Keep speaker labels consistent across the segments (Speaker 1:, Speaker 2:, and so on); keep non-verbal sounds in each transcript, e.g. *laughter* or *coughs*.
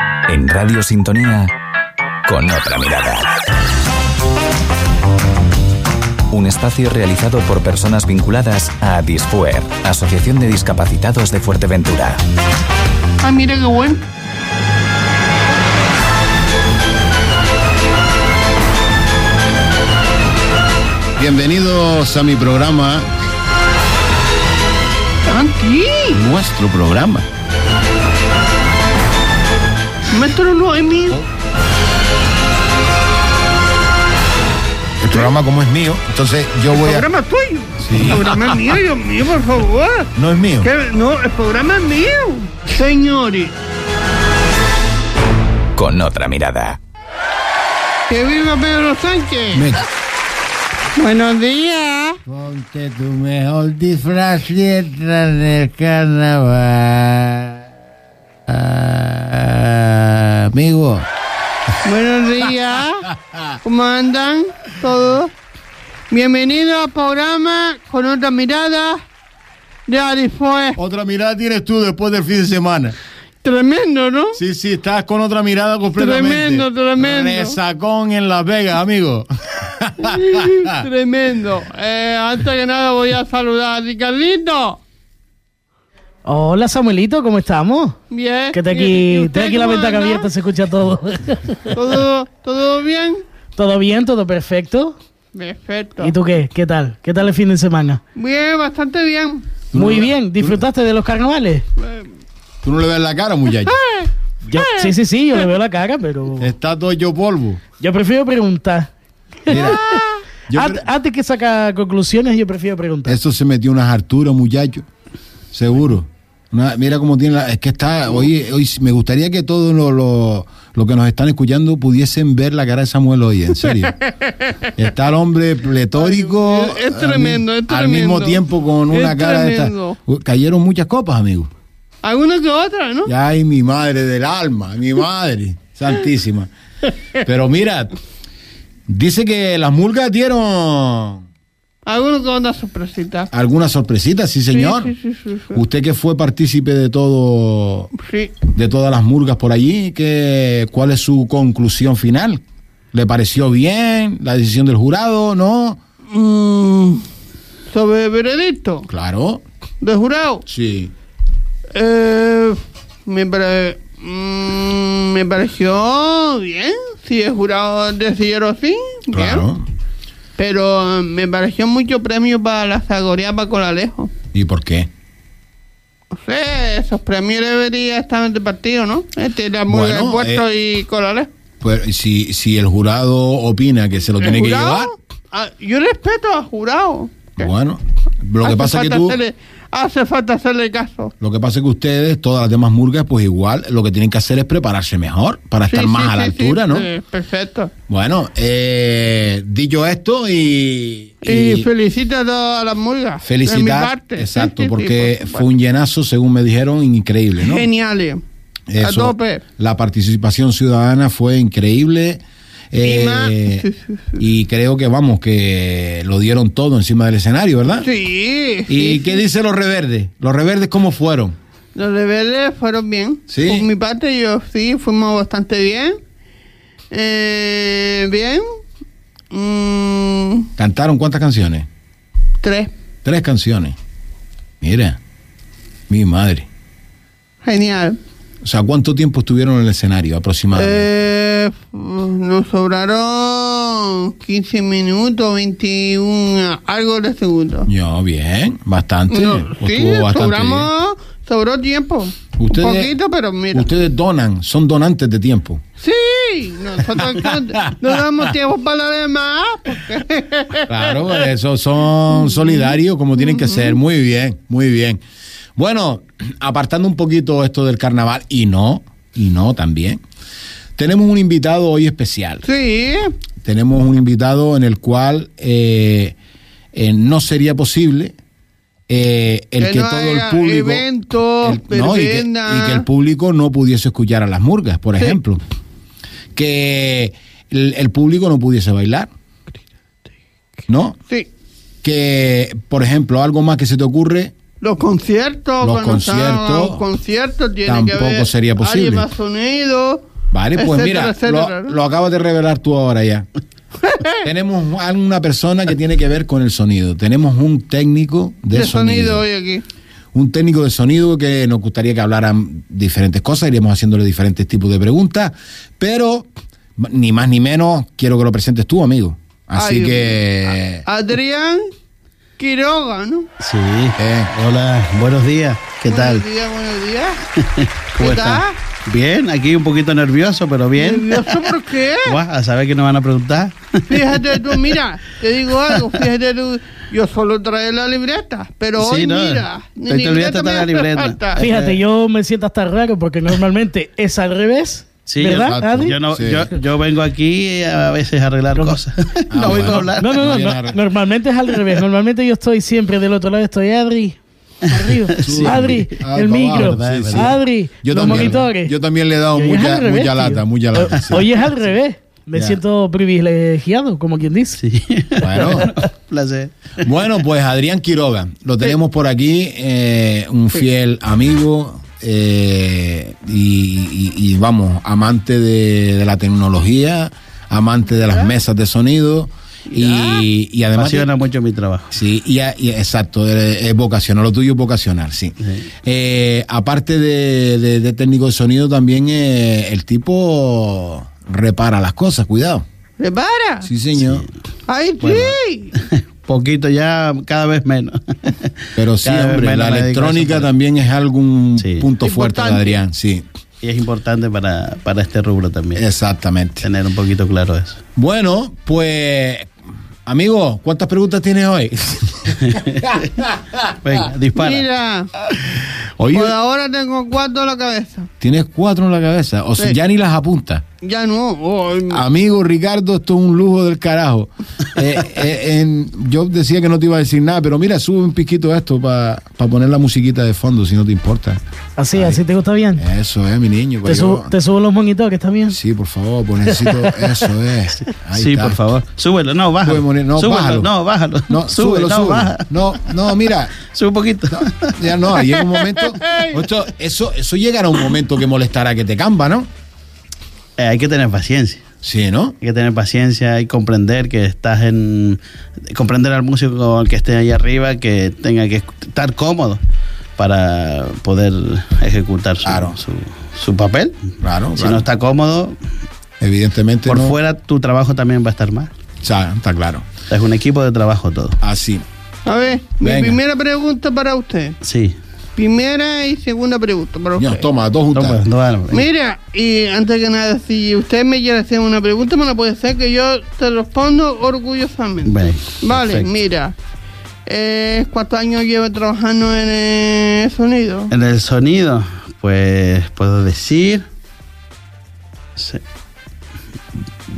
Speaker 1: Radio Sintonía con otra mirada. Un espacio realizado por personas vinculadas a Disfuer, Asociación de Discapacitados de Fuerteventura.
Speaker 2: Ah, mira qué bueno.
Speaker 3: Bienvenidos a mi programa,
Speaker 2: Aquí.
Speaker 3: nuestro programa.
Speaker 2: Mételo en mí.
Speaker 3: El programa como es mío, entonces yo voy a...
Speaker 2: Programa tuyo.
Speaker 3: Sí.
Speaker 2: Programa mío, Dios mío, por favor.
Speaker 3: No es mío.
Speaker 2: ¿Qué? No, el programa es mío. Señores,
Speaker 1: Con otra mirada.
Speaker 2: que viva Pedro Sánchez.
Speaker 3: Me-
Speaker 2: Buenos días.
Speaker 4: Ponte tu mejor disfraz y entra en el carnaval. Ah, amigo.
Speaker 2: Buenos días. ¿Cómo andan todos? Bienvenidos al programa con otra mirada de Arifuez.
Speaker 3: Otra mirada tienes tú después del fin de semana.
Speaker 2: Tremendo, ¿no?
Speaker 3: Sí, sí, estás con otra mirada completamente.
Speaker 2: Tremendo, tremendo.
Speaker 3: Resacón en Las Vegas, amigo.
Speaker 2: Tremendo. Eh, antes que nada voy a saludar a Ricardito.
Speaker 5: Hola Samuelito, ¿cómo estamos?
Speaker 2: Bien.
Speaker 5: Que te
Speaker 2: ¿Y- y
Speaker 5: aquí,
Speaker 2: usted
Speaker 5: te aquí la
Speaker 2: cómo
Speaker 5: ventana
Speaker 2: anda?
Speaker 5: abierta, se escucha todo. *laughs*
Speaker 2: ¿Todo, todo bien?
Speaker 5: todo bien, todo perfecto.
Speaker 2: Perfecto.
Speaker 5: ¿Y tú qué? ¿Qué tal? ¿Qué tal el fin de semana?
Speaker 2: Bien, bastante bien.
Speaker 5: Muy bien, ¿disfrutaste de los carnavales?
Speaker 3: Tú no le ves la cara, muchacho.
Speaker 5: Yo- sí, sí, sí, yo le veo la cara, pero
Speaker 3: Está todo yo polvo. Ah.
Speaker 5: yo prefiero preguntar.
Speaker 3: Mira, yo
Speaker 5: Ant-
Speaker 3: pre-
Speaker 5: Antes que sacar conclusiones, yo prefiero preguntar.
Speaker 3: Eso se metió unas harturas, muchacho. Seguro. Una- mira cómo tiene la. Es que está. Hoy, hoy me gustaría que todos los los- los que nos están escuchando pudiesen ver la cara de Samuel hoy,
Speaker 2: *laughs*
Speaker 3: en serio. está el hombre pletórico.
Speaker 2: Ay, es
Speaker 3: al mi-
Speaker 2: tremendo, es
Speaker 3: Al mismo
Speaker 2: tremendo.
Speaker 3: tiempo con una
Speaker 2: Es
Speaker 3: cara de esta-
Speaker 2: tremendo.
Speaker 3: Uy, Cayeron muchas copas, amigo.
Speaker 2: Alguna que otra, ¿no?
Speaker 3: Ya, ay, mi madre del alma, mi madre, santísima. Pero mira, dice que las mulgas dieron
Speaker 2: Alguna que otra sorpresita.
Speaker 3: alguna sorpresita, sí, señor.
Speaker 2: Sí, sí, sí, sí, sí.
Speaker 3: Usted que fue partícipe de todo,
Speaker 2: Sí.
Speaker 3: de todas las murgas por allí, que, ¿cuál es su conclusión final? ¿Le pareció bien la decisión del jurado? ¿No?
Speaker 2: Mm, sobre el veredicto
Speaker 3: Claro,
Speaker 2: de jurado.
Speaker 3: sí.
Speaker 2: Eh, me, pare- mm, me pareció bien. Si el jurado decidieron así, bien.
Speaker 3: Claro.
Speaker 2: Pero eh, me pareció mucho premio para la categoría Pacolalejo.
Speaker 3: ¿Y por qué?
Speaker 2: No sé, esos premios deberían estar en el partido, ¿no? Este, la murga
Speaker 3: Bueno, eh,
Speaker 2: del puerto y Colalejo.
Speaker 3: Pues si, si el jurado opina que se lo
Speaker 2: ¿El
Speaker 3: tiene que
Speaker 2: jurado?
Speaker 3: llevar,
Speaker 2: Ah, yo respeto al jurado.
Speaker 3: bueno, lo que
Speaker 2: Hace
Speaker 3: pasa es que
Speaker 2: falta
Speaker 3: tú...
Speaker 2: hacerle- hace falta hacerle caso.
Speaker 3: Lo que pasa es que ustedes, todas las demás murgas, pues igual lo que tienen que hacer es prepararse mejor para estar
Speaker 2: Sí,
Speaker 3: más
Speaker 2: sí,
Speaker 3: a la
Speaker 2: sí, sí,
Speaker 3: altura, ¿no?
Speaker 2: sí, perfecto.
Speaker 3: Bueno, eh, dicho esto y...
Speaker 2: Y,
Speaker 3: y
Speaker 2: felicito a todas las murgas. de
Speaker 3: felicitar.
Speaker 2: mi parte. Sí,
Speaker 3: Exacto,
Speaker 2: sí, sí,
Speaker 3: porque
Speaker 2: por supuesto.
Speaker 3: fue un llenazo, según me dijeron, increíble, ¿no?
Speaker 2: Geniales.
Speaker 3: Eso,
Speaker 2: A tope.
Speaker 3: La participación ciudadana fue increíble. eh, *laughs*
Speaker 2: más-
Speaker 3: y creo que vamos, que lo dieron todo encima del escenario, ¿verdad?
Speaker 2: Sí.
Speaker 3: ¿Y
Speaker 2: sí,
Speaker 3: qué
Speaker 2: sí.
Speaker 3: dicen los reverdes? ¿Los reverdes cómo fueron?
Speaker 2: Los rebeldes fueron bien.
Speaker 3: Sí.
Speaker 2: Por mi parte, yo sí, fuimos bastante bien. Eh, bien. Mm,
Speaker 3: ¿Cantaron cuántas canciones?
Speaker 2: tres.
Speaker 3: Tres canciones. Mira, mi madre.
Speaker 2: Genial.
Speaker 3: O sea, ¿cuánto tiempo estuvieron en el escenario aproximadamente?
Speaker 2: Eh, nos sobraron 15 minutos, 21, algo de segundo.
Speaker 3: Yo, bien, bastante.
Speaker 2: No, sí,
Speaker 3: Estuvo bastante
Speaker 2: sobramos, sobró tiempo.
Speaker 3: bien. Ustedes,
Speaker 2: Un poquito, pero mira.
Speaker 3: Ustedes donan, son donantes de
Speaker 2: *laughs*
Speaker 3: tiempo.
Speaker 2: Sí, nosotros no, no damos tiempo para lo demás. porque-
Speaker 3: Claro, por eso son solidarios como tienen que ser. Muy bien, muy bien. Bueno, apartando un poquito esto del carnaval, y no, y no también, tenemos un invitado hoy especial.
Speaker 2: sí,
Speaker 3: tenemos un invitado en el cual eh, eh, no sería posible eh, el que,
Speaker 2: Que no
Speaker 3: todo el
Speaker 2: haya
Speaker 3: público
Speaker 2: eventos,
Speaker 3: el- no, y, que,
Speaker 2: verbena.
Speaker 3: y que el público no pudiese escuchar a las murgas, por ejemplo, que el, el público no pudiese bailar, ¿no?
Speaker 2: sí.
Speaker 3: Que por ejemplo algo más que se te ocurre,
Speaker 2: Los conciertos,
Speaker 3: Los
Speaker 2: cuando están
Speaker 3: conciertos
Speaker 2: los conciertos tiene que
Speaker 3: tampoco
Speaker 2: haber
Speaker 3: sería posible.
Speaker 2: alguien más unido,
Speaker 3: Vale, pues
Speaker 2: Etcétera,
Speaker 3: mira,
Speaker 2: etcétera,
Speaker 3: lo,
Speaker 2: ¿no?
Speaker 3: lo acabas de revelar tú
Speaker 2: *laughs*
Speaker 3: ahora ya. Tenemos a una persona que tiene que ver con el sonido. Tenemos un técnico de,
Speaker 2: De sonido
Speaker 3: sonido.
Speaker 2: hoy aquí.
Speaker 3: Un técnico de sonido que nos gustaría que hablaran diferentes cosas, iríamos haciéndole diferentes tipos de preguntas, pero ni más ni menos quiero que lo presentes tú, amigo. Así
Speaker 2: Ay,
Speaker 3: que...
Speaker 2: Adrián Quiroga, ¿no?
Speaker 6: Sí.
Speaker 3: Eh.
Speaker 6: Hola, buenos días. ¿Qué tal?
Speaker 2: Buenos días, buenos días.
Speaker 6: *laughs* ¿Cómo
Speaker 2: ¿Qué
Speaker 6: están?
Speaker 2: tal?
Speaker 6: Bien, aquí un poquito nervioso, pero bien.
Speaker 2: ¿Nervioso por
Speaker 6: *laughs*
Speaker 2: qué?
Speaker 6: Buah, a saber qué nos van a preguntar. *laughs*
Speaker 2: Fíjate tú, mira, te digo algo, fíjate tú, yo solo trae la libreta, pero
Speaker 6: Sí,
Speaker 2: hoy
Speaker 6: no,
Speaker 2: mira,
Speaker 6: te olvidaste
Speaker 2: me
Speaker 6: de la
Speaker 2: hace
Speaker 6: libreta.
Speaker 2: falta.
Speaker 3: eh,
Speaker 5: Fíjate, yo me siento hasta raro porque normalmente es al revés.
Speaker 6: Sí,
Speaker 5: ¿Verdad,
Speaker 3: exacto.
Speaker 5: Adri?
Speaker 6: Yo, no,
Speaker 3: Sí. Ah,
Speaker 6: yo, yo vengo aquí a veces a arreglar cosas. *laughs* no
Speaker 3: bueno.
Speaker 6: vengo a hablar.
Speaker 5: No, no, no,
Speaker 3: No, yo
Speaker 5: no,
Speaker 3: no.
Speaker 5: Normalmente es al revés. Normalmente yo estoy siempre del otro lado. Estoy Adri. Arriba.
Speaker 3: *laughs* Sí.
Speaker 5: Adri,
Speaker 3: Ah,
Speaker 5: el
Speaker 3: papá,
Speaker 5: micro.
Speaker 3: verdad, sí, sí.
Speaker 5: Adri, los monitores.
Speaker 3: Yo también le he dado
Speaker 5: Y hoy es
Speaker 3: mucha,
Speaker 5: al revés,
Speaker 3: mucha
Speaker 5: tío.
Speaker 3: lata, mucha lata. sí.
Speaker 5: Hoy es al revés. Me
Speaker 3: Ya.
Speaker 5: siento privilegiado, como quien dice.
Speaker 6: Sí. *laughs*
Speaker 3: Bueno.
Speaker 6: placer.
Speaker 3: Bueno, pues Adrián Quiroga, lo tenemos por aquí, eh, un fiel amigo eh, y, y- y, vamos, amante de, de la tecnología, amante de las mesas de sonido y, y
Speaker 6: Me
Speaker 3: además...
Speaker 6: apasiona mucho mi trabajo.
Speaker 3: Sí, y, a- y exacto, es, es vocacional, lo tuyo es vocacional, sí.
Speaker 6: Sí.
Speaker 3: Eh, aparte de, de- de técnico de sonido, también eh, el tipo repara las cosas, cuidado.
Speaker 2: ¿Repara?
Speaker 3: Sí, señor.
Speaker 2: ¡Ay, sí!
Speaker 6: Bueno. Poquito ya, cada vez menos. *laughs*
Speaker 3: Pero sí,
Speaker 6: Cada vez
Speaker 3: hombre,
Speaker 6: menos
Speaker 3: la
Speaker 6: me dedico a
Speaker 3: electrónica
Speaker 6: eso, pero-
Speaker 3: también es algún
Speaker 6: Sí.
Speaker 3: punto fuerte de
Speaker 2: Importante.
Speaker 3: Adrián, sí,
Speaker 6: Y es importante para, para este rubro también.
Speaker 3: exactamente.
Speaker 6: Tener un poquito claro eso.
Speaker 3: Bueno, pues, amigo, ¿cuántas preguntas tienes hoy? *laughs*
Speaker 6: Venga, dispara.
Speaker 2: Mira,
Speaker 3: Hoy
Speaker 2: por ahora tengo cuatro en la cabeza.
Speaker 3: tienes cuatro en la cabeza, o sea,
Speaker 2: Sí.
Speaker 3: ya ni las apuntas.
Speaker 2: Ya no. hoy-
Speaker 3: Amigo Ricardo, esto es un lujo del carajo. Eh, eh, en- yo decía que no te iba a decir nada, pero mira, sube un piquito esto para poner la musiquita de fondo, si no te importa.
Speaker 5: Así, así te gusta bien.
Speaker 3: Eso es, mi niño.
Speaker 5: Te,
Speaker 3: Eh, pues
Speaker 5: subo-
Speaker 3: yo-
Speaker 5: te subo los monitores, ¿está bien?
Speaker 3: Sí, por favor, pues necesito. Eso es. Ahí
Speaker 6: sí,
Speaker 3: está.
Speaker 6: por favor. Súbelo, no, bájalo.
Speaker 3: Sube, Moni- no,
Speaker 6: súbelo,
Speaker 3: bájalo.
Speaker 6: no, bájalo. *laughs*
Speaker 3: No,
Speaker 6: Sube,
Speaker 3: súbelo,
Speaker 6: no,
Speaker 3: súbelo.
Speaker 6: baja.
Speaker 3: No, no, mira.
Speaker 6: Sube un poquito.
Speaker 3: Ya no, llega un momento. Esto- eso, eso llegará un momento que molestará que te camba, ¿no?
Speaker 6: *laughs* Eh, hay que tener paciencia.
Speaker 3: Sí, ¿no?
Speaker 6: Hay que tener paciencia y comprender que estás en. comprender al músico con el que esté ahí arriba, que tenga que estar cómodo para poder ejecutar su,
Speaker 3: Claro.
Speaker 6: su, su papel.
Speaker 3: Claro,
Speaker 6: Si
Speaker 3: claro.
Speaker 6: no está cómodo,
Speaker 3: Evidentemente.
Speaker 6: por
Speaker 3: no.
Speaker 6: fuera tu trabajo también va a estar mal.
Speaker 3: O sea, está claro.
Speaker 6: O sea, Es un equipo de trabajo todo.
Speaker 3: Así.
Speaker 2: A ver,
Speaker 3: Venga.
Speaker 2: mi primera pregunta para usted.
Speaker 6: Sí.
Speaker 2: Primera y segunda pregunta para usted.
Speaker 3: Niño, toma, dos juntas.
Speaker 6: Toma, dos árboles.
Speaker 2: Mira, y antes que nada, si usted me quiere hacer una pregunta, me la puede hacer que yo te respondo orgullosamente.
Speaker 6: Ven,
Speaker 2: Vale,
Speaker 6: perfecto.
Speaker 2: mira. Eh, ¿Cuántos años lleva trabajando en eh, sonido?
Speaker 6: En el sonido, pues puedo decir. se-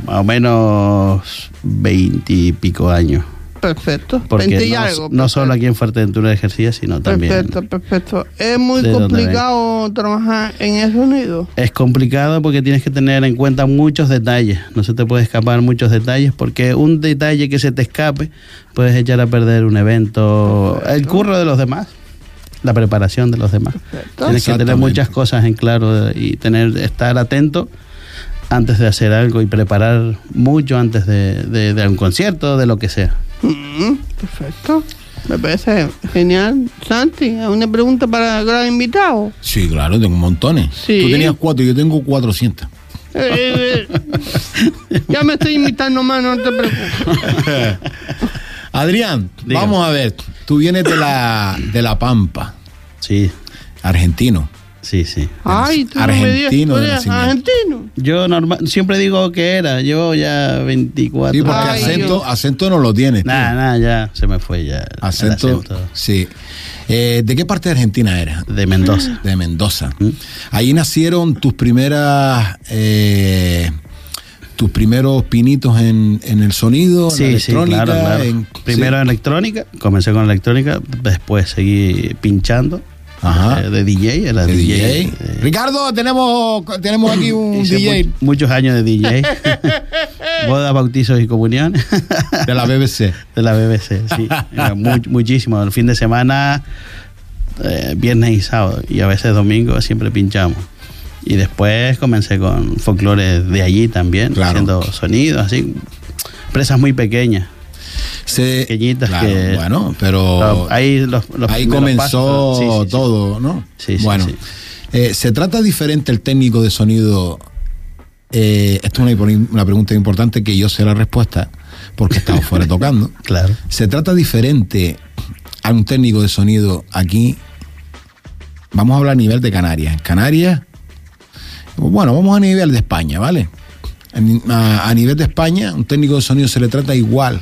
Speaker 6: Más o menos veintipico años.
Speaker 2: Perfecto.
Speaker 6: Porque
Speaker 2: 20 y
Speaker 6: no,
Speaker 2: algo.
Speaker 6: no solo
Speaker 2: perfecto.
Speaker 6: aquí en Fuerteventura ejercía, sino también.
Speaker 2: Perfecto, perfecto. Es muy
Speaker 6: ¿De dónde
Speaker 2: complicado trabajar en el sonido.
Speaker 6: Es complicado porque tienes que tener en cuenta muchos detalles. No se te puede escapar muchos detalles porque un detalle que se te escape puedes echar a perder un evento, el curro de los demás, la preparación de los demás. Tienes que tener
Speaker 3: Exactamente.
Speaker 6: muchas cosas en claro y tener estar atento antes de hacer algo y preparar mucho antes de, de- de un concierto, de lo que sea.
Speaker 2: Mm, perfecto. Me parece genial. Santi, una pregunta para el gran invitado.
Speaker 3: Sí, claro, tengo montones.
Speaker 2: Sí.
Speaker 3: Tú tenías cuatro, yo tengo 400.
Speaker 2: Eh, eh, ya me estoy imitando más, no te preocupes.
Speaker 3: Adrián,
Speaker 6: Diga.
Speaker 3: vamos a ver. Tú vienes de la, de la Pampa,
Speaker 6: Sí,
Speaker 3: argentino.
Speaker 6: sí, sí.
Speaker 2: Ay, tú no me digas, tú
Speaker 3: Argentino de
Speaker 2: eres
Speaker 3: nacimiento.
Speaker 2: argentino.
Speaker 6: Yo normal, siempre digo que era, llevo ya 24.
Speaker 3: Sí, porque
Speaker 2: Ay,
Speaker 3: acento,
Speaker 2: Dios.
Speaker 3: acento no lo tienes. tú.
Speaker 6: Nada, nada, ya se me fue ya. el
Speaker 3: Acento, sí. Eh, ¿De qué parte de Argentina eras?
Speaker 6: de Mendoza.
Speaker 3: De Mendoza.
Speaker 6: Mm.
Speaker 3: Ahí nacieron tus primeras. eh, tus primeros pinitos en, en el sonido, en la
Speaker 6: Sí, sí,
Speaker 3: electrónica.
Speaker 6: claro, claro.
Speaker 3: en-
Speaker 6: Primero
Speaker 3: sí.
Speaker 6: electrónica, comencé con electrónica, después seguí pinchando.
Speaker 3: Ajá.
Speaker 6: eh, de DJ, era
Speaker 3: de
Speaker 6: DJ.
Speaker 3: DJ.
Speaker 6: eh,
Speaker 3: Ricardo, tenemos, tenemos aquí un
Speaker 6: Hice
Speaker 3: DJ
Speaker 6: mu- muchos años de DJ.
Speaker 3: *laughs*
Speaker 6: Bodas, bautizos y comuniones *laughs*
Speaker 3: de la BBC.
Speaker 6: de la BBC, sí. Era mu- muchísimo. El fin de semana, eh, viernes y sábado. Y a veces domingo siempre pinchamos. Y después comencé con folclores de allí también,
Speaker 3: Claro.
Speaker 6: haciendo sonidos, así, presas muy pequeñas.
Speaker 3: Se-
Speaker 6: Pequeñitas
Speaker 3: claro,
Speaker 6: que-
Speaker 3: bueno, pero
Speaker 6: ahí los, los
Speaker 3: ahí
Speaker 6: primeros
Speaker 3: comenzó
Speaker 6: pasos, sí, sí, sí.
Speaker 3: todo, ¿no?
Speaker 6: Sí, sí,
Speaker 3: bueno,
Speaker 6: sí.
Speaker 3: eh, ¿se trata diferente el técnico de sonido? Eh, esto es una, una pregunta importante que yo sé la respuesta porque he estado fuera tocando.
Speaker 6: Claro.
Speaker 3: ¿Se trata diferente a un técnico de sonido aquí? Vamos a hablar a nivel de Canarias. En Canarias, bueno, vamos a nivel de España, ¿vale? En- a, a nivel de España, un técnico de sonido se le trata igual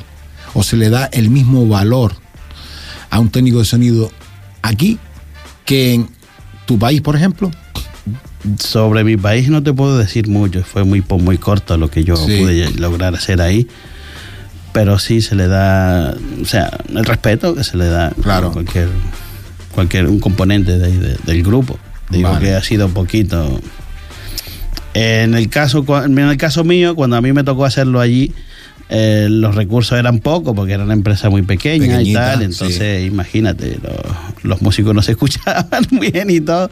Speaker 3: o se le da el mismo valor a un técnico de sonido aquí que en tu país, por ejemplo.
Speaker 6: Sobre mi país no te puedo decir mucho, fue muy, po- muy corto lo que yo
Speaker 3: Sí.
Speaker 6: pude lograr hacer ahí, pero sí se le da, o sea, el respeto que se le da
Speaker 3: Claro.
Speaker 6: a cualquier, cualquier un componente de ahí de- del grupo. Digo
Speaker 3: Vale.
Speaker 6: que ha sido poquito. En el, caso, cua- en el caso mío, cuando a mí me tocó hacerlo allí, eh, los recursos eran pocos porque era una empresa muy pequeña y
Speaker 3: Pequeñita,
Speaker 6: tal,
Speaker 3: sí.
Speaker 6: entonces eh, imagínate, los, los músicos no se *laughs* escuchaban bien y todo.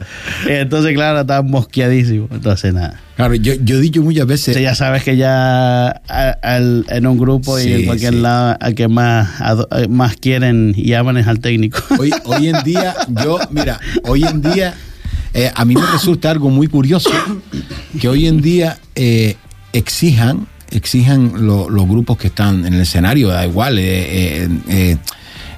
Speaker 6: Entonces, claro, estaban mosqueadísimos. Entonces, nada.
Speaker 3: Claro, yo, yo he dicho muchas veces.
Speaker 6: Entonces, ya sabes que ya a- al- en un grupo
Speaker 3: Sí,
Speaker 6: y en cualquier
Speaker 3: sí.
Speaker 6: lado, al que más, ado- eh, más quieren y aman es al técnico.
Speaker 3: Hoy, hoy en día, yo, mira, hoy en día, eh, a mí me resulta algo muy curioso que hoy en día eh, exijan, exijan lo- los grupos que están en el escenario, da igual, eh, eh, eh,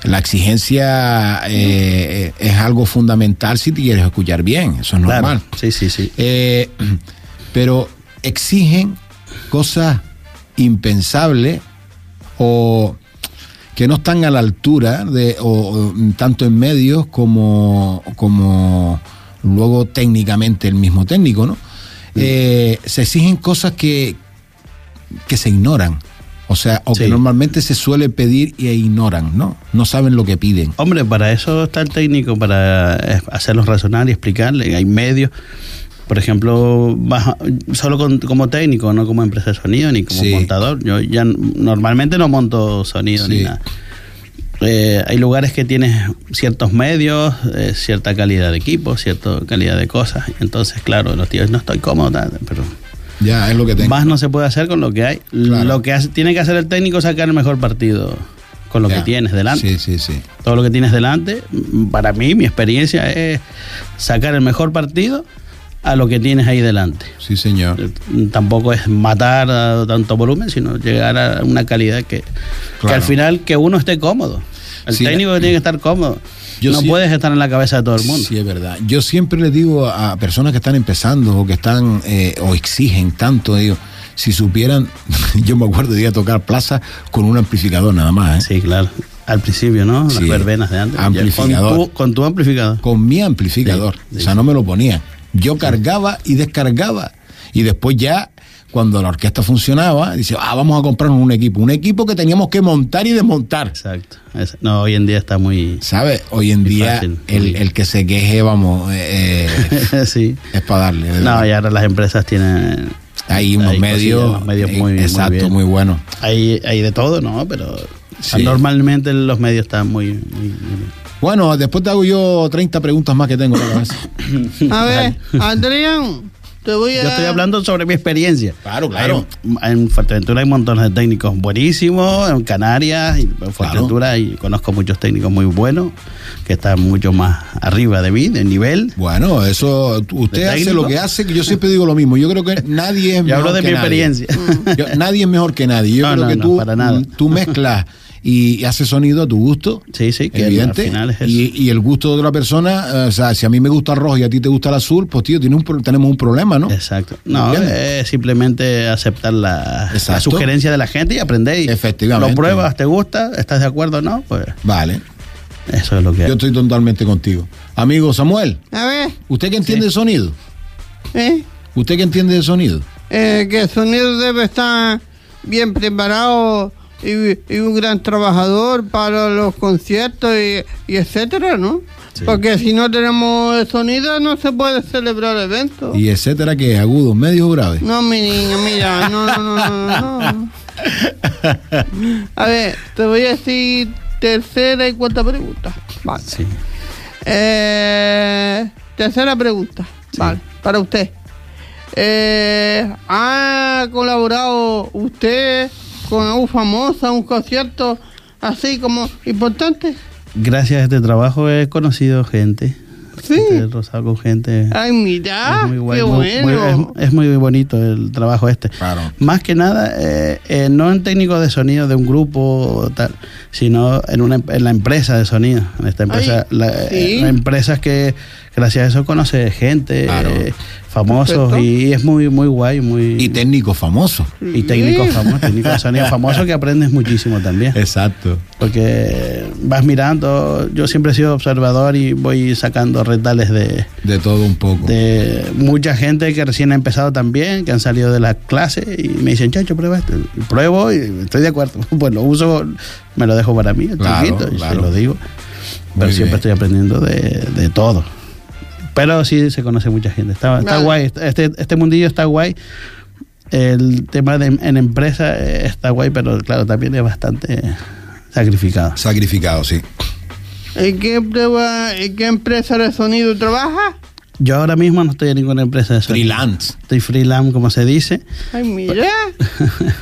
Speaker 3: la exigencia eh, eh, es algo fundamental si te quieres escuchar bien, eso es normal.
Speaker 6: *laughs* Claro. Sí, sí, sí.
Speaker 3: Eh, pero exigen cosas impensables o que no están a la altura de, o, o, mm, tanto en medios como, como luego técnicamente el mismo técnico, ¿no?
Speaker 6: Mm.
Speaker 3: Eh, se exigen cosas que, que se ignoran. O sea, o que
Speaker 6: Sí.
Speaker 3: normalmente se suele pedir e ignoran, ¿no? No saben lo que piden.
Speaker 6: Hombre, para eso está el técnico, para eh, hacerlos razonar y explicarle. Hay medios, por ejemplo, vas a- solo con- como técnico, no como empresa de sonido ni como
Speaker 3: Sí.
Speaker 6: montador. Yo ya n- normalmente no monto sonido
Speaker 3: Sí.
Speaker 6: ni nada. Eh, hay lugares que tienes ciertos medios, eh, cierta calidad de equipo, cierta calidad de cosas. Entonces, claro, los tíos no estoy cómodo, tal, pero
Speaker 3: Ya, es lo que tengo.
Speaker 6: más no se puede hacer con lo que hay.
Speaker 3: Claro.
Speaker 6: Lo que hace- tiene que hacer el técnico es sacar el mejor partido con lo
Speaker 3: Ya.
Speaker 6: que tienes delante
Speaker 3: Sí, sí, sí.
Speaker 6: todo lo que tienes delante. m- Para mí, mi experiencia es sacar el mejor partido a lo que tienes ahí delante.
Speaker 3: Sí, señor.
Speaker 6: Eh, Tampoco es matar a tanto volumen, sino llegar a una calidad que, que
Speaker 3: Claro.
Speaker 6: al final que uno esté cómodo. El
Speaker 3: Sí, eh,
Speaker 6: técnico que tiene que estar cómodo.
Speaker 3: Yo
Speaker 6: no
Speaker 3: sí-
Speaker 6: puedes estar en la cabeza de todo el mundo.
Speaker 3: Sí, es verdad. Yo siempre le digo a a personas que están empezando o que están eh, o exigen tanto, digo, si supieran, *laughs* yo me acuerdo de ir a tocar plaza con un amplificador nada más, ¿eh?
Speaker 6: Sí, claro. Al principio, ¿no? Las
Speaker 3: Sí. eh.
Speaker 6: verbenas de antes.
Speaker 3: Amplificador.
Speaker 6: Con tu, con tu amplificador.
Speaker 3: con mi amplificador.
Speaker 6: Sí, sí,
Speaker 3: o sea, no me lo ponía. Yo cargaba y descargaba. Y después ya, cuando la orquesta funcionaba, dice, ah, vamos a comprarnos un equipo. Un equipo que teníamos que montar y desmontar.
Speaker 6: Exacto. Es- No, hoy en día está muy... *laughs*
Speaker 3: ¿Sabes? Hoy en
Speaker 6: Muy
Speaker 3: día,
Speaker 6: fácil.
Speaker 3: el, el que se queje, vamos, eh, eh, *laughs*
Speaker 6: sí.
Speaker 3: es para darle. ¿verdad?
Speaker 6: No, y ahora las empresas tienen
Speaker 3: Hay unos
Speaker 6: Hay
Speaker 3: medios,
Speaker 6: cosillas, unos medios
Speaker 3: eh,
Speaker 6: muy- muy
Speaker 3: exacto,
Speaker 6: bien.
Speaker 3: muy buenos.
Speaker 6: Hay, hay de todo, ¿no? Pero
Speaker 3: Sí.
Speaker 6: normalmente los medios están muy... muy- muy bien.
Speaker 3: Bueno, después te hago yo 30 preguntas más que tengo en la
Speaker 6: *laughs*
Speaker 3: cabeza.
Speaker 2: A ver, Adrián, te voy a.
Speaker 6: Yo estoy hablando sobre mi experiencia.
Speaker 3: Claro, claro.
Speaker 6: Hay- en Fuerteventura hay montones de técnicos buenísimos, en Canarias, y en Fuerteventura y conozco muchos técnicos muy buenos que están mucho más arriba de mí, de nivel.
Speaker 3: Bueno, eso, tú- usted
Speaker 6: ¿De
Speaker 3: hace
Speaker 6: técnico?
Speaker 3: lo que hace, que yo siempre digo lo mismo. Yo creo que nadie
Speaker 6: *laughs*
Speaker 3: es
Speaker 6: Yo hablo
Speaker 3: mejor
Speaker 6: de
Speaker 3: que
Speaker 6: mi
Speaker 3: nadie.
Speaker 6: experiencia.
Speaker 3: *laughs* Yo- nadie es mejor que nadie. Yo
Speaker 6: No,
Speaker 3: creo
Speaker 6: no,
Speaker 3: que
Speaker 6: no,
Speaker 3: tú,
Speaker 6: para nada.
Speaker 3: *laughs* tú mezclas y, y haces sonido a tu gusto.
Speaker 6: Sí, sí, que
Speaker 3: evidente.
Speaker 6: al final es eso.
Speaker 3: y, y el gusto de otra persona, eh, o sea, si a mí me gusta el rojo y a ti te gusta el azul, pues tío, tiene un pro- tenemos un problema, ¿no?
Speaker 6: *laughs* Exacto. No,
Speaker 3: ¿Entiendes?
Speaker 6: es simplemente aceptar la,
Speaker 3: Exacto.
Speaker 6: la sugerencia de la gente y aprender. y
Speaker 3: Efectivamente.
Speaker 6: Lo pruebas, te gusta, estás de acuerdo o no, pues
Speaker 3: Vale,
Speaker 6: eso es lo que
Speaker 3: yo estoy totalmente contigo. Amigo Samuel,
Speaker 2: A ver,
Speaker 3: ¿usted que entiende de sonido?
Speaker 2: ¿eh?
Speaker 3: ¿Usted que entiende de sonido?
Speaker 2: Eh, que el sonido debe estar bien preparado y, y un gran trabajador para los conciertos y, y etcétera, ¿no? Porque si no tenemos el sonido no se puede celebrar eventos.
Speaker 3: Y etcétera, que es agudo, medio grave.
Speaker 2: No, mi niño, mira, no, no, no, no, no. A ver, te voy a decir tercera y cuarta pregunta. Vale.
Speaker 6: Sí.
Speaker 2: Eh, tercera pregunta, vale, para usted. eh, ha colaborado usted con un famoso, un concierto así como importante.
Speaker 6: Gracias a este trabajo he conocido gente.
Speaker 2: Sí.
Speaker 6: Gente del Rosado con gente.
Speaker 2: Ay, mira,
Speaker 6: es muy guay,
Speaker 2: qué
Speaker 6: muy- muy-
Speaker 2: bueno.
Speaker 6: es, es muy bonito el trabajo este.
Speaker 3: Claro.
Speaker 6: Más que nada, eh, eh, no en técnico de sonido de un grupo o tal, sino en, una, en la empresa de sonido. En esta empresa,
Speaker 2: Ay,
Speaker 6: la-
Speaker 2: sí.
Speaker 6: eh, la empresa es que gracias a eso conoce gente,
Speaker 3: Claro.
Speaker 6: eh, famosos,
Speaker 2: Perfecto.
Speaker 6: y es muy, muy guay, muy...
Speaker 3: Y técnico famoso.
Speaker 6: y técnicos
Speaker 2: Sí.
Speaker 6: famosos, técnicos de sonido famosos que aprendes muchísimo
Speaker 3: *laughs*
Speaker 6: también.
Speaker 3: Exacto.
Speaker 6: Porque vas mirando, yo siempre he sido observador y voy sacando retales de,
Speaker 3: De todo un poco.
Speaker 6: de mucha gente que recién ha empezado también, que han salido de las clases y me dicen, chacho, prueba esto. Y Pruebo y estoy de acuerdo. *laughs* Pues lo uso, me lo dejo para mí, el
Speaker 3: Claro,
Speaker 6: chiquito, y se
Speaker 3: claro.
Speaker 6: lo digo. Pero
Speaker 3: Muy
Speaker 6: siempre
Speaker 3: bien.
Speaker 6: estoy aprendiendo de, de todo. Pero sí se conoce mucha gente. Está, está
Speaker 2: Vale.
Speaker 6: guay, este, este mundillo está guay. El tema de, en empresa eh, está guay, pero claro, también es bastante sacrificado.
Speaker 3: Sacrificado, sí.
Speaker 2: ¿En qué, prueba- en qué empresa de sonido trabaja?
Speaker 6: Yo ahora mismo no estoy en ninguna empresa de sonido.
Speaker 3: Freelance.
Speaker 6: Estoy freelance, como se dice.
Speaker 2: Ay, mira,
Speaker 6: Pues,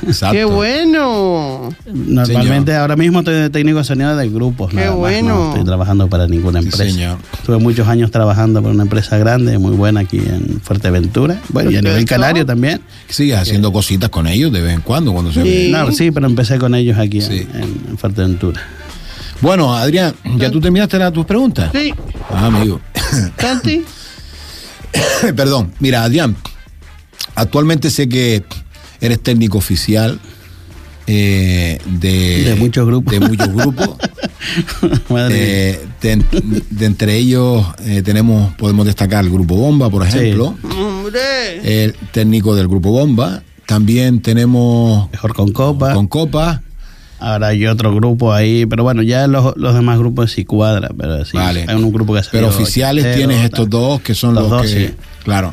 Speaker 3: Exacto.
Speaker 2: qué bueno.
Speaker 6: Normalmente ahora mismo estoy de técnico de sonido de grupos.
Speaker 2: Qué
Speaker 6: nada más,
Speaker 2: bueno.
Speaker 6: No estoy trabajando para ninguna
Speaker 3: Sí,
Speaker 6: empresa.
Speaker 3: señor.
Speaker 6: Estuve muchos años trabajando para una empresa grande, muy buena aquí en Fuerteventura. Bueno, y a nivel
Speaker 2: Perfecto.
Speaker 6: canario también.
Speaker 3: Sigues haciendo cositas con ellos de vez en cuando, cuando se
Speaker 2: Sí.
Speaker 6: No, sí, pero empecé con ellos aquí en-
Speaker 3: Sí.
Speaker 6: en, en Fuerteventura. *laughs*
Speaker 3: Bueno, Adrián, ¿ya tú terminaste la- tus preguntas?
Speaker 2: Sí,
Speaker 3: Ah, amigo. *coughs*
Speaker 2: Santi,
Speaker 3: Perdón. Mira, Adrián, actualmente sé que eres técnico oficial eh, de,
Speaker 6: De muchos grupos.
Speaker 3: De muchos grupos.
Speaker 6: Madre mía.
Speaker 3: Eh, de, de entre ellos eh, tenemos, podemos destacar el grupo Bomba, por ejemplo,
Speaker 2: hombre.
Speaker 3: el técnico del grupo Bomba. También tenemos
Speaker 6: Mejor con copa.
Speaker 3: con Copa.
Speaker 6: Ahora hay otro grupo ahí, pero bueno, ya los, los demás grupos sí cuadra, pero sí.
Speaker 3: Vale.
Speaker 6: Hay un grupo que salió
Speaker 3: Pero oficiales
Speaker 6: ochentero,
Speaker 3: tienes
Speaker 6: tal.
Speaker 3: estos dos que son
Speaker 6: Los
Speaker 3: los,
Speaker 6: dos,
Speaker 3: que.
Speaker 6: sí.
Speaker 3: Claro.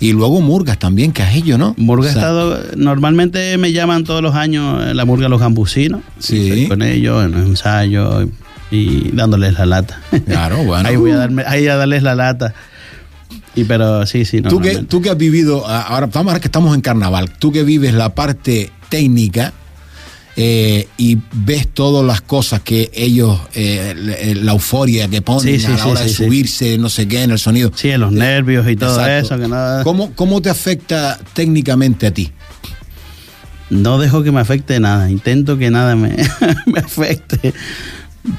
Speaker 3: Y luego Murgas también, que has hecho, ¿no?
Speaker 6: Murga ha
Speaker 3: O sea,
Speaker 6: estado, normalmente me llaman todos los años eh, la Murga Los Gambusinos.
Speaker 3: Sí.
Speaker 6: Estoy con ellos en los ensayos y dándoles la lata. *laughs*
Speaker 3: Claro, bueno.
Speaker 6: ahí voy a, darme, ahí a darles la lata. Y pero sí, sí,
Speaker 3: Tú que,
Speaker 6: normalmente.
Speaker 3: tú que has vivido, a- ahora vamos a ver que estamos en carnaval, tú que vives la parte técnica eh, y ves todas las cosas que ellos, eh, le- la euforia que ponen
Speaker 6: Sí, sí,
Speaker 3: a la
Speaker 6: sí,
Speaker 3: hora de
Speaker 6: sí, sí.
Speaker 3: subirse, no sé qué, en el sonido.
Speaker 6: Sí, en los nervios y todo
Speaker 3: Eh, Exacto.
Speaker 6: eso. Que no,
Speaker 3: ¿Cómo, ¿Cómo te afecta técnicamente a ti?
Speaker 6: no dejo que me afecte nada. Intento que nada me, *laughs* me afecte.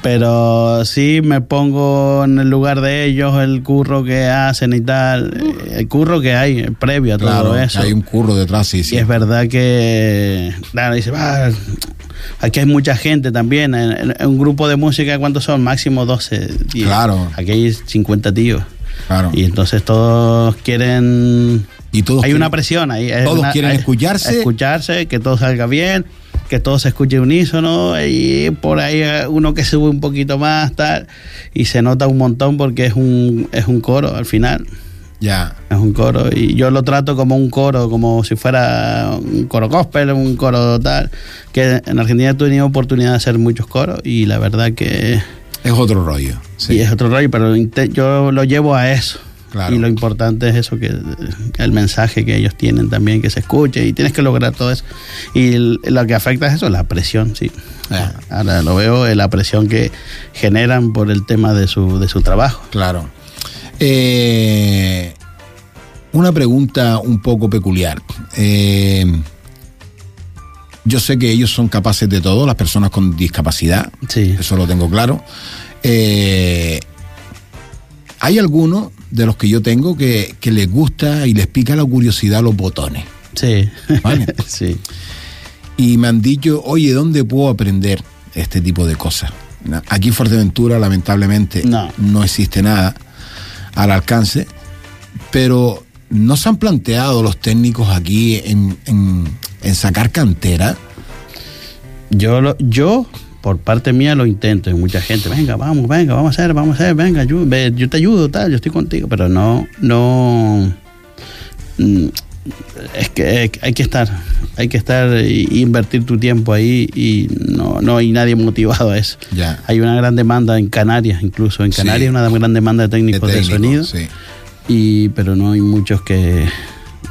Speaker 6: Pero sí me pongo en el lugar de ellos, el curro que hacen y tal. El curro que hay eh, previo a todo
Speaker 3: Claro,
Speaker 6: eso.
Speaker 3: hay un curro detrás, sí, sí.
Speaker 6: Y es verdad que, claro, dice, "Ah, aquí hay mucha gente también. En, en- en un grupo de música, ¿cuántos son? Máximo 12. tíos.
Speaker 3: Claro.
Speaker 6: Aquí hay 50 tíos.
Speaker 3: Claro.
Speaker 6: Y entonces todos quieren.
Speaker 3: Y todos
Speaker 6: hay
Speaker 3: quieren-
Speaker 6: una presión ahí. es
Speaker 3: todos
Speaker 6: una-
Speaker 3: quieren
Speaker 6: hay-
Speaker 3: escucharse.
Speaker 6: Escucharse, que todo salga bien, que todo se escuche unísono. Y por ahí eh, uno que sube un poquito más, tal. Y se nota un montón porque es un, es un coro al final.
Speaker 3: Ya.
Speaker 6: Es un coro y yo lo trato como un coro, como si fuera un coro gospel, un coro tal. Que en Argentina he tenido oportunidad de hacer muchos coros y la verdad que
Speaker 3: Es otro rollo.
Speaker 6: y es otro rollo, pero inte- yo lo llevo a eso.
Speaker 3: Claro.
Speaker 6: Y lo importante es eso, que el mensaje que ellos tienen también, que se escuche y tienes que lograr todo eso. Y el- lo que afecta es eso, la presión, sí.
Speaker 3: Ah.
Speaker 6: Ahora lo veo, eh, la presión que generan por el tema de su, de su trabajo.
Speaker 3: Claro. Eh, una pregunta un poco peculiar. Eh, yo sé que ellos son capaces de todo, las personas con discapacidad,
Speaker 6: Sí.
Speaker 3: eso lo tengo claro. Eh, hay algunos de los que yo tengo que, que les gusta y les pica la curiosidad los botones.
Speaker 6: Sí.
Speaker 3: Vale.
Speaker 6: *laughs* sí.
Speaker 3: Y me han dicho, oye, ¿dónde puedo aprender este tipo de cosas? Na- Aquí en Fuerteventura, lamentablemente,
Speaker 6: No.
Speaker 3: existe nada al alcance, pero ¿no se han planteado los técnicos aquí en, en- en sacar cantera?
Speaker 6: Yo, lo- yo, por parte mía, lo intento. Y mucha gente, venga, vamos, venga, vamos a hacer, vamos a hacer, venga, ayu- ve, yo, te ayudo, tal, yo estoy contigo. Pero no, no. mm, Es que eh, hay que estar, hay que estar y, y invertir tu tiempo ahí y no, no hay nadie motivado a eso.
Speaker 3: Ya.
Speaker 6: Hay una gran demanda en Canarias, incluso en
Speaker 3: Sí.
Speaker 6: Canarias, una gran demanda de técnicos de,
Speaker 3: técnicos,
Speaker 6: sonido.
Speaker 3: sí.
Speaker 6: Y, pero no hay muchos que,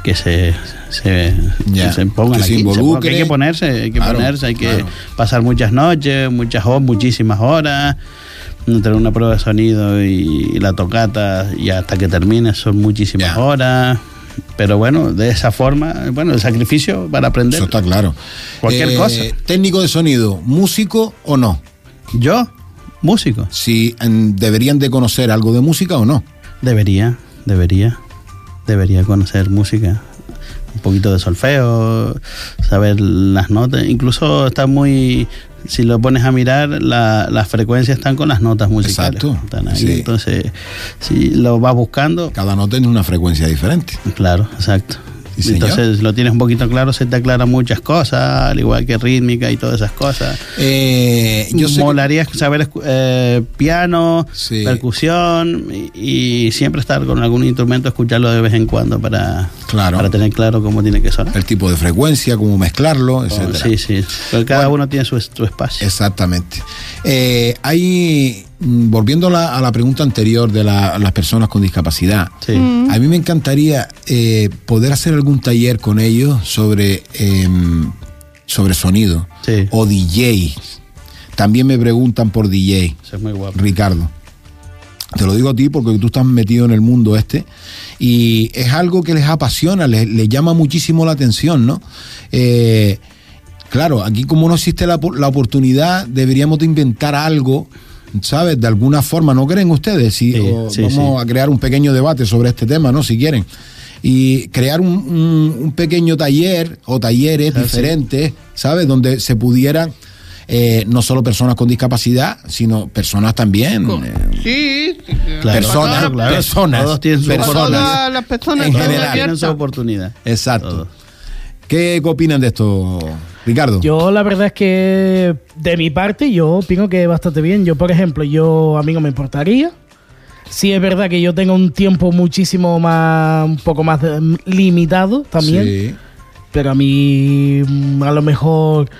Speaker 6: que se, se,
Speaker 3: Ya,
Speaker 6: se pongan
Speaker 3: que se
Speaker 6: aquí, pongan.
Speaker 3: involucre.
Speaker 6: Hay que ponerse, hay que
Speaker 3: Claro,
Speaker 6: ponerse, hay que
Speaker 3: claro.
Speaker 6: pasar muchas noches, muchas horas, muchísimas horas, tener una prueba de sonido y, la tocata y hasta que termine son muchísimas
Speaker 3: Ya.
Speaker 6: horas. Pero bueno, de esa forma, bueno, el sacrificio para aprender.
Speaker 3: Eso está claro. Eh,
Speaker 6: Cualquier cosa.
Speaker 3: Técnico de sonido, músico o no.
Speaker 6: Yo, músico,
Speaker 3: Si mm, deberían de conocer algo de música o no.
Speaker 6: debería, debería, debería conocer música, un poquito de solfeo, saber las notas, incluso está muy, si lo pones a mirar, la- las frecuencias están con las notas musicales.
Speaker 3: Exacto,
Speaker 6: Están ahí,
Speaker 3: sí.
Speaker 6: Entonces, si lo vas buscando,
Speaker 3: Cada nota tiene una frecuencia diferente.
Speaker 6: Claro, exacto.
Speaker 3: Sí, señor.
Speaker 6: Entonces lo tienes un poquito claro, se te aclaran muchas cosas, al igual que rítmica y todas esas cosas.
Speaker 3: Eh, yo sé que-
Speaker 6: Molaría saber escu- eh, piano,
Speaker 3: Sí.
Speaker 6: percusión y, y siempre estar con algún instrumento, escucharlo de vez en cuando para,
Speaker 3: Claro.
Speaker 6: para tener claro cómo tiene que sonar.
Speaker 3: el tipo de frecuencia, cómo mezclarlo, etcétera.
Speaker 6: sí, sí. Pero cada uno tiene su, su espacio.
Speaker 3: Exactamente. Eh, hay, mm, volviendo a la, a la pregunta anterior de la- las personas con discapacidad,
Speaker 6: Sí.
Speaker 5: Mm.
Speaker 3: a mí me encantaría eh, poder hacer algún taller con ellos sobre, em, sobre sonido
Speaker 6: Sí.
Speaker 3: o DJ. También me preguntan por DJ.
Speaker 6: Eso es muy guapo.
Speaker 3: Ricardo. Te lo digo a ti porque tú estás metido en el mundo este y es algo que les apasiona, les, les llama muchísimo la atención, ¿no? Eh, claro, aquí como no existe la, po- la oportunidad, deberíamos de inventar algo, ¿sabes? De alguna forma, ¿no creen ustedes? Si,
Speaker 6: Sí,
Speaker 3: o
Speaker 6: sí,
Speaker 3: vamos
Speaker 6: sí.
Speaker 3: a crear un pequeño debate sobre este tema, ¿no? Si quieren. Y crear un, un- un pequeño taller o talleres
Speaker 6: Ah, sí.
Speaker 3: diferentes, ¿sabes? Donde se pudieran... eh, no solo personas con discapacidad, sino personas también. eh,
Speaker 2: Sí, sí, claro.
Speaker 6: Claro,
Speaker 3: personas,
Speaker 6: claro, claro.
Speaker 3: personas,
Speaker 6: Todos tienen su
Speaker 3: personas.
Speaker 6: oportunidad.
Speaker 2: Todas las personas
Speaker 3: En
Speaker 2: están
Speaker 3: general,
Speaker 6: tienen
Speaker 2: abiertas.
Speaker 6: su oportunidad.
Speaker 3: Exacto.
Speaker 6: Todos.
Speaker 3: ¿Qué opinan de esto, Ricardo?
Speaker 5: Yo la verdad es que de mi parte yo opino que bastante bien. Yo, por ejemplo, yo a mí no me importaría. Sí es verdad que yo tengo un tiempo muchísimo más, un poco más eh, limitado también.
Speaker 3: Sí.
Speaker 5: Pero a mí, mm, a lo mejor,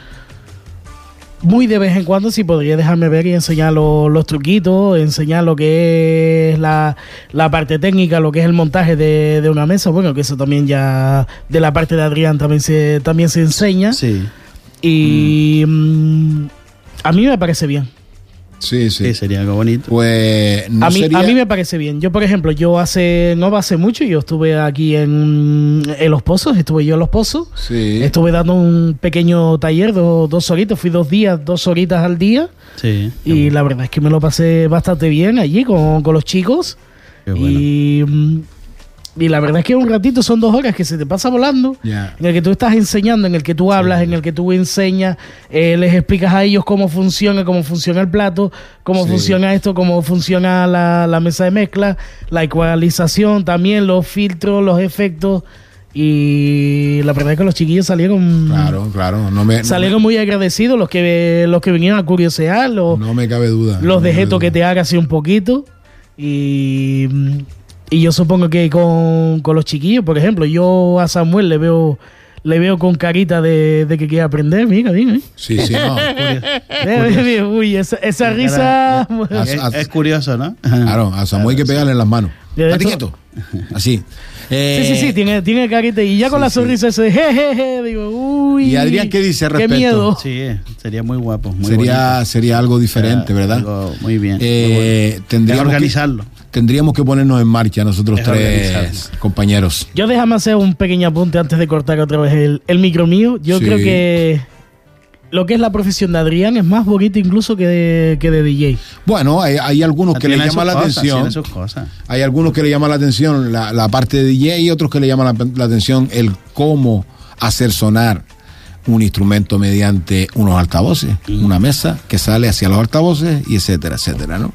Speaker 5: muy de vez en cuando, sí podría dejarme ver y enseñar lo- los truquitos, enseñar lo que es la, la parte técnica, lo que es el montaje de, de una mesa. Bueno, que eso también ya, de la parte de Adrián también se, también se enseña.
Speaker 6: Sí,
Speaker 5: Y mm, a mí me parece bien.
Speaker 3: Sí, sí.
Speaker 6: sí, sería algo bonito.
Speaker 3: Pues no
Speaker 5: a, mí,
Speaker 3: sería.
Speaker 5: a mí me parece bien. Yo, por ejemplo, yo hace, no hace mucho, yo estuve aquí en, en Los Pozos, estuve yo en Los Pozos.
Speaker 3: Sí.
Speaker 5: Estuve dando un pequeño taller, do- dos horitas, fui dos días, dos horitas al día
Speaker 6: Sí.
Speaker 5: y la verdad es que me lo pasé bastante bien allí con, con los chicos
Speaker 6: Qué bueno.
Speaker 5: y, mm, y la verdad es que un ratito son dos horas que se te pasa volando.
Speaker 3: Ya.
Speaker 5: En el que tú estás enseñando, en el que tú hablas, en el que tú enseñas, eh, les explicas a ellos cómo funciona, cómo funciona el plato, cómo
Speaker 3: Sí.
Speaker 5: funciona esto, cómo funciona la, la mesa de mezcla, la ecualización también, los filtros, los efectos. Y la verdad es que los chiquillos salieron,
Speaker 3: Claro, claro. No me, no
Speaker 5: salieron muy agradecidos los que, los que vinieron a curiosear,
Speaker 3: me-
Speaker 5: los,
Speaker 3: no me cabe duda. no
Speaker 5: los
Speaker 3: me
Speaker 5: dejé
Speaker 3: cabe duda.
Speaker 5: toquetear así un poquito y, mm, y yo supongo que con, con los chiquillos, por ejemplo, yo a Samuel le veo le veo con carita de, de que quiere aprender, mira, mira. eh.
Speaker 3: Sí, sí,
Speaker 5: *laughs*
Speaker 3: no.
Speaker 5: Mira, mira, mira, *laughs* Uy, esa, esa risa...
Speaker 3: As-
Speaker 6: Es,
Speaker 3: as-
Speaker 6: es curioso, ¿no?
Speaker 3: claro, a Samuel hay que pegarle en las manos.
Speaker 5: De
Speaker 3: Estate
Speaker 5: hecho-
Speaker 3: quieto. Así. Eh,
Speaker 5: *laughs* Sí, sí, sí, tiene, tiene carita y ya con la sonrisa ese jejeje, digo, uy.
Speaker 3: ¿Y Adrián qué dice al respecto?
Speaker 5: Qué miedo.
Speaker 6: Sí, sería muy guapo. Muy
Speaker 3: sería, sería algo diferente, ¿verdad?
Speaker 6: Algo muy bien,
Speaker 3: Eh,
Speaker 6: muy bueno.
Speaker 3: tendríamos
Speaker 6: Hay que organizarlo.
Speaker 3: Que, tendríamos que ponernos en marcha nosotros
Speaker 6: Es
Speaker 3: tres
Speaker 6: organizarlo.
Speaker 3: compañeros.
Speaker 5: Yo déjame hacer un pequeño apunte antes de cortar otra vez el, el micro mío. Yo
Speaker 3: Sí.
Speaker 5: creo que lo que es la profesión de Adrián es más bonito incluso que de, que de DJ.
Speaker 3: Bueno, hay, hay algunos que le
Speaker 6: Tiene
Speaker 3: llama
Speaker 6: sus
Speaker 3: la
Speaker 6: cosas,
Speaker 3: atención.
Speaker 6: tiene sus cosas.
Speaker 3: Hay algunos que le llama la atención la, la parte de DJ y otros que le llama la, la atención el cómo hacer sonar un instrumento mediante unos altavoces, una mesa que sale hacia los altavoces y etcétera, etcétera, ¿no?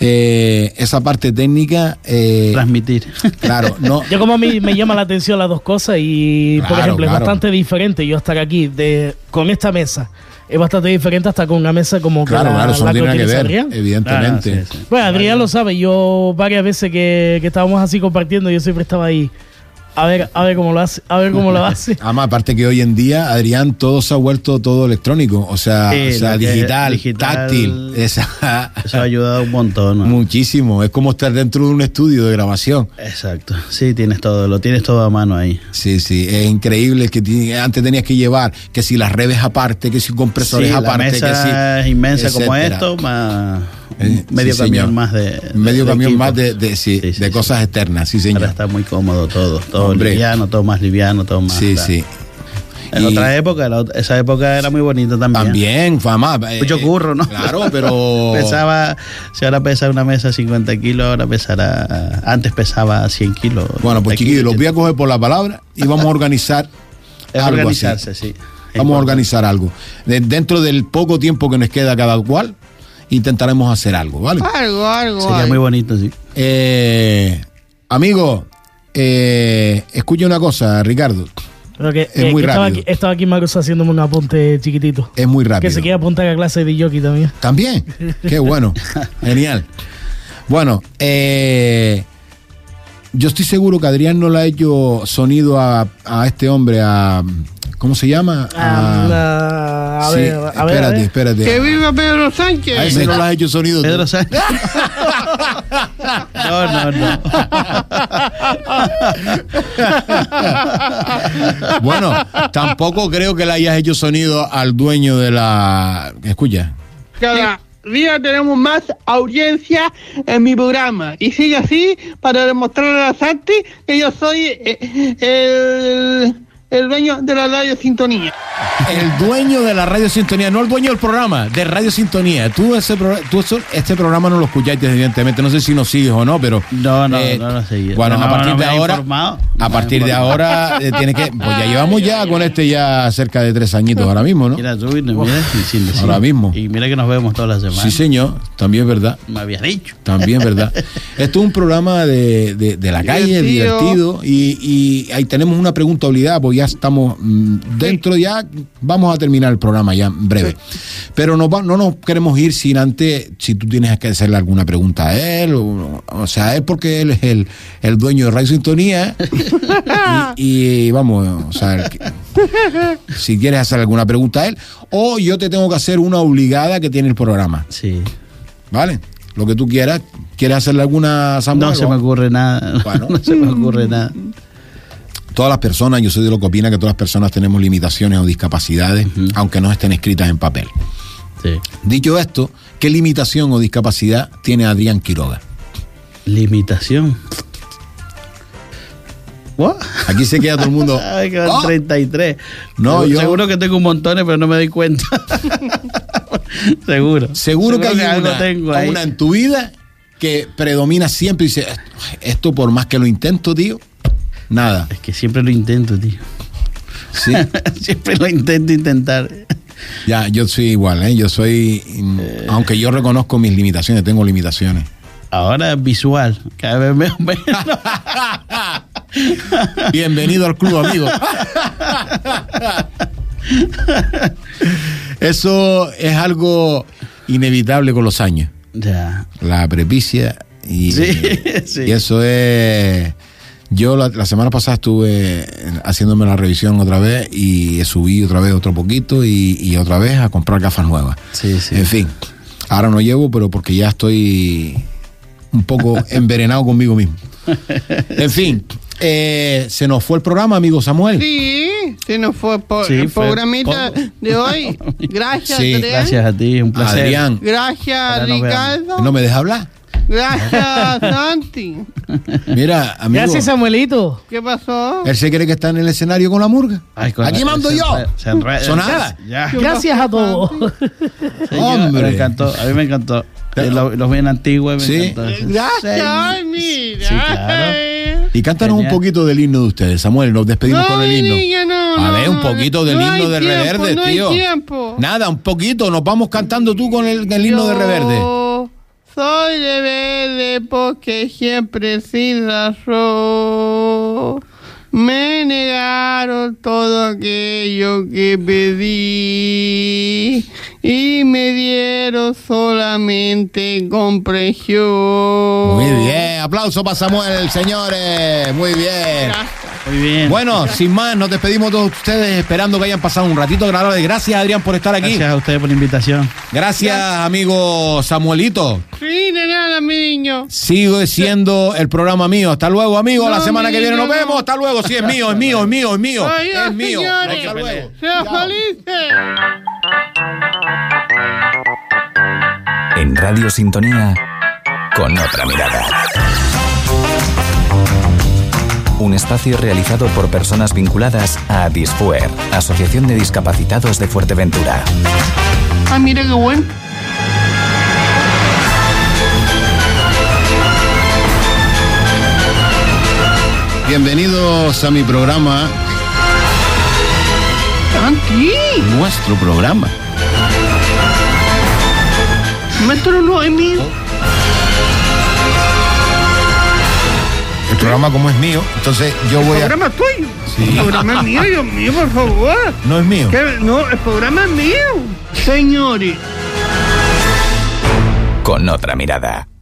Speaker 3: Eh, esa parte técnica, eh,
Speaker 6: Transmitir. *laughs*
Speaker 3: claro, no,
Speaker 5: Yo como a mí me llama la atención las dos cosas y, por
Speaker 3: Claro,
Speaker 5: ejemplo, es
Speaker 3: claro.
Speaker 5: bastante diferente yo estar aquí de, con esta mesa. Es bastante diferente hasta con una mesa como que
Speaker 3: claro,
Speaker 5: la,
Speaker 3: claro, eso no
Speaker 5: la
Speaker 3: tiene nada que
Speaker 5: utiliza
Speaker 3: ver,
Speaker 5: Adrián.
Speaker 3: evidentemente.
Speaker 6: Ah, no, sí, sí.
Speaker 5: Bueno, Adrián lo sabe, yo varias veces que, que estábamos así compartiendo, yo siempre estaba ahí. A ver, a ver cómo lo hace, a ver cómo
Speaker 3: *laughs*
Speaker 5: lo hace.
Speaker 3: Además, aparte que hoy en día, Adrián, todo se ha vuelto todo electrónico, o sea,
Speaker 6: Sí,
Speaker 3: o sea,
Speaker 6: lo que es
Speaker 3: digital,
Speaker 6: digital-
Speaker 3: táctil, esa-
Speaker 6: Eso ha ayudado un montón. ¿no?
Speaker 3: muchísimo. Es como estar dentro de un estudio de grabación.
Speaker 6: Exacto. Sí, tienes todo, lo tienes todo a mano ahí.
Speaker 3: Sí, sí, es increíble que ti- antes tenías que llevar que si las redes aparte, que si compresores
Speaker 6: Sí, la
Speaker 3: aparte,
Speaker 6: mesa
Speaker 3: que si
Speaker 6: es inmensa como
Speaker 3: etcétera.
Speaker 6: esto, más
Speaker 3: Eh,
Speaker 6: medio
Speaker 3: sí,
Speaker 6: camión
Speaker 3: señor.
Speaker 6: más de
Speaker 3: medio
Speaker 6: de
Speaker 3: camión
Speaker 6: equipo.
Speaker 3: más de, de- sí,
Speaker 6: Sí, sí,
Speaker 3: de
Speaker 6: sí.
Speaker 3: cosas externas, sí,
Speaker 6: Ahora
Speaker 3: señor.
Speaker 6: está muy cómodo todo, todo
Speaker 3: Hombre.
Speaker 6: liviano, todo más liviano, todo más.
Speaker 3: Sí,
Speaker 6: tal.
Speaker 3: sí.
Speaker 6: En
Speaker 3: Y-
Speaker 6: otra época, la ot- esa época era muy bonita también.
Speaker 3: También, fama. eh,
Speaker 6: Mucho Pues curro, ¿no? *laughs*
Speaker 3: Claro, pero.
Speaker 6: Pesaba, si ahora pesa una mesa 50 kilos, ahora pesará, antes pesaba 100 kilos.
Speaker 3: Bueno, pues
Speaker 6: 90
Speaker 3: chiquillos, los voy
Speaker 6: kilos.
Speaker 3: a coger por la palabra y vamos a organizar
Speaker 6: *laughs* Es
Speaker 3: algo
Speaker 6: organizarse,
Speaker 3: así.
Speaker 6: sí.
Speaker 3: Vamos a
Speaker 6: Importante.
Speaker 3: organizar algo. De- dentro del poco tiempo que nos queda cada cual, intentaremos hacer algo, ¿vale?
Speaker 2: Algo, algo.
Speaker 6: Sería
Speaker 2: hay.
Speaker 6: muy bonito,
Speaker 3: *laughs*
Speaker 6: sí.
Speaker 3: Eh, amigo, eh, escucha una cosa, Ricardo.
Speaker 5: Pero que,
Speaker 3: Es muy
Speaker 5: estaba,
Speaker 3: rápido.
Speaker 5: aquí, estaba aquí Marcos haciéndome un apunte chiquitito.
Speaker 3: Es muy rápido.
Speaker 5: Que se quiere apuntar a clase de jockey también.
Speaker 3: También. Qué
Speaker 5: *laughs*
Speaker 3: bueno. Genial. Bueno, eh, yo estoy seguro que Adrián no le ha hecho sonido a, a este hombre, a. ¿Cómo se llama?
Speaker 5: Ah, la- a
Speaker 3: sí,
Speaker 5: ver, a ver, a
Speaker 3: espérate,
Speaker 5: ver.
Speaker 3: espérate.
Speaker 2: Que viva Pedro
Speaker 3: A
Speaker 2: Sánchez.
Speaker 3: ese no le has hecho sonido. tú. *laughs*
Speaker 6: Pedro Sánchez. no, no, no.
Speaker 3: Bueno, tampoco creo que le hayas hecho sonido al dueño de la. Escucha.
Speaker 2: Cada día tenemos más audiencia en mi programa. Y sigue así para demostrar a Santi que yo soy eh, el, el dueño de la radio Sintonía.
Speaker 3: El dueño de la Radio Sintonía, no el dueño del programa, de Radio Sintonía. Tú, ese pro- tú eso- este programa no lo escuchaste, evidentemente. No sé si nos sigues o no, pero.
Speaker 6: No, no,
Speaker 3: eh,
Speaker 6: no lo sé yo.
Speaker 3: Bueno,
Speaker 6: No,
Speaker 3: a
Speaker 6: no,
Speaker 3: partir
Speaker 6: no me
Speaker 3: de
Speaker 6: he
Speaker 3: ahora.
Speaker 6: informado. No
Speaker 3: A
Speaker 6: me he
Speaker 3: partir de
Speaker 6: informado.
Speaker 3: ahora, eh, tienes que. Pues ya llevamos ya con este ya cerca de tres añitos ahora mismo, ¿no?
Speaker 6: Mira tú, y no, mira, y sin decir.
Speaker 3: Ahora mismo.
Speaker 6: Y mira que nos vemos todas las semanas.
Speaker 3: Sí, señor, también es verdad.
Speaker 6: Me habías dicho.
Speaker 3: También, ¿verdad? Esto es un programa de, de- de la calle, divertido,
Speaker 2: Divertido.
Speaker 3: y, y ahí tenemos una pregunta obligada, porque ya estamos mm, dentro, ya vamos a terminar el programa ya en breve. Pero no, va- no nos queremos ir sin antes, si tú tienes que hacerle alguna pregunta a él, o, o sea, es porque él es el, el dueño de Radio Sintonía, y, y vamos, o sea, el que- si quieres hacer alguna pregunta a él, o yo te tengo que hacer una obligada que tiene el programa.
Speaker 6: Sí.
Speaker 3: ¿Vale? Lo que tú quieras. ¿Quieres hacerle alguna Samuel?
Speaker 6: No se me ocurre nada.
Speaker 3: Bueno.
Speaker 6: *laughs* No se me ocurre nada.
Speaker 3: Todas las personas, yo soy de lo que opina que todas las personas tenemos limitaciones o discapacidades, aunque no estén escritas en papel.
Speaker 6: Sí.
Speaker 3: Dicho esto, ¿qué limitación o discapacidad tiene Adrián Quiroga?
Speaker 6: Limitación. ¿What?
Speaker 3: Aquí se queda todo el mundo.
Speaker 6: *laughs* Ay, que van
Speaker 3: ¡Oh!
Speaker 6: 33.
Speaker 3: No,
Speaker 6: Segu-
Speaker 3: yo-
Speaker 6: Seguro que tengo un montón, pero no me doy cuenta. *laughs* seguro.
Speaker 3: Seguro que hay
Speaker 6: algo
Speaker 3: una,
Speaker 6: tengo ahí.
Speaker 3: una en tu vida que predomina siempre y dice, esto por más que lo intento, tío, nada.
Speaker 6: Es que siempre lo intento, tío. *laughs*
Speaker 3: Sí.
Speaker 6: siempre lo intento intentar.
Speaker 3: ya, yo soy igual, ¿eh? Yo soy, mm,
Speaker 6: Eh.
Speaker 3: aunque yo reconozco mis limitaciones, tengo limitaciones.
Speaker 6: Ahora visual, cada vez me- menos.
Speaker 3: *laughs*
Speaker 6: *laughs*
Speaker 3: Bienvenido al club, amigo. Eso es algo inevitable con los años.
Speaker 6: ya.
Speaker 3: La prepicia y, *laughs*
Speaker 6: Sí, sí.
Speaker 3: y eso es... Yo la, la semana pasada estuve haciéndome la revisión otra vez y subí otra vez otro poquito y, y otra vez a comprar gafas nuevas.
Speaker 6: Sí, sí.
Speaker 3: En fin, ahora no llevo, pero porque ya estoy un poco envenenado conmigo mismo. En fin, eh, se nos fue el programa, amigo Samuel.
Speaker 2: Sí, se nos fue por
Speaker 6: Sí,
Speaker 2: el
Speaker 6: fue
Speaker 2: programita
Speaker 6: poco.
Speaker 2: de
Speaker 3: *laughs*
Speaker 2: hoy. Gracias,
Speaker 3: Sí,
Speaker 2: Adrián.
Speaker 6: Gracias a ti, un placer.
Speaker 3: Adrián,
Speaker 2: Gracias,
Speaker 6: Ahora nos
Speaker 2: Ricardo.
Speaker 3: no me deja hablar.
Speaker 2: Gracias, Santi.
Speaker 3: Mira, amigo,
Speaker 5: Gracias, Samuelito.
Speaker 2: ¿Qué pasó?
Speaker 3: él se cree que está en el escenario con la murga.
Speaker 6: Ay, con-
Speaker 3: Aquí mando
Speaker 6: se
Speaker 3: yo.
Speaker 6: enre- se enre-
Speaker 3: Sonada.
Speaker 6: Ya.
Speaker 5: Gracias a todos.
Speaker 6: Señor,
Speaker 3: Hombre.
Speaker 6: Me encantó, a mí me encantó. Eh, lo- Los vi en Antigua y me
Speaker 3: Sí.
Speaker 6: encantó.
Speaker 2: Gracias,
Speaker 6: Señor.
Speaker 2: ay, mira.
Speaker 6: Sí, claro.
Speaker 3: Y cántanos
Speaker 6: Genial.
Speaker 3: un poquito del himno de ustedes, Samuel. Nos despedimos
Speaker 2: No,
Speaker 3: con el himno.
Speaker 2: niña, no,
Speaker 3: A
Speaker 2: no,
Speaker 3: ver, un
Speaker 2: no,
Speaker 3: poquito del
Speaker 2: no
Speaker 3: himno
Speaker 2: hay
Speaker 3: de
Speaker 2: tiempo,
Speaker 3: Reverde,
Speaker 2: no hay
Speaker 3: tío.
Speaker 2: tiempo.
Speaker 3: Nada, un poquito. Nos vamos cantando tú con el, el himno de
Speaker 2: Yo
Speaker 3: Reverde.
Speaker 2: Soy de verde porque siempre sin razón me negaron todo aquello que pedí y me dieron solamente comprensión.
Speaker 3: Muy bien. Aplauso para Samuel, señores. Muy bien.
Speaker 2: Gracias.
Speaker 6: Muy bien.
Speaker 3: Bueno, sin más, nos despedimos todos ustedes esperando que hayan pasado un ratito agradable. Gracias, Adrián, por estar aquí.
Speaker 6: Gracias a ustedes por la invitación.
Speaker 3: Gracias, amigo Samuelito.
Speaker 2: Sí, de nada, mi niño.
Speaker 3: Sigue siendo el programa mío. Hasta luego, amigo. La
Speaker 2: No,
Speaker 3: semana que
Speaker 2: mi
Speaker 3: viene nos
Speaker 2: niño,
Speaker 3: vemos.
Speaker 2: no.
Speaker 3: Hasta luego. Sí, es mío, es mío, es mío, es mío.
Speaker 2: Adiós,
Speaker 3: Es mío.
Speaker 2: señores.
Speaker 3: Hasta luego.
Speaker 2: Sean felices.
Speaker 1: En Radio Sintonía, con otra mirada. Un espacio realizado por personas vinculadas a Disfuer, Asociación de Discapacitados de Fuerteventura.
Speaker 2: Ah, mira qué bueno.
Speaker 3: Bienvenidos a mi programa,
Speaker 2: Aquí.
Speaker 3: nuestro programa.
Speaker 2: Maestro Luis mío.
Speaker 3: El programa como es mío, entonces yo voy a...
Speaker 2: Programa tuyo.
Speaker 3: Sí.
Speaker 2: Programa mío, Dios mío, por favor.
Speaker 3: No es mío.
Speaker 2: Que- No, el programa es mío. Señores.
Speaker 1: Con otra mirada.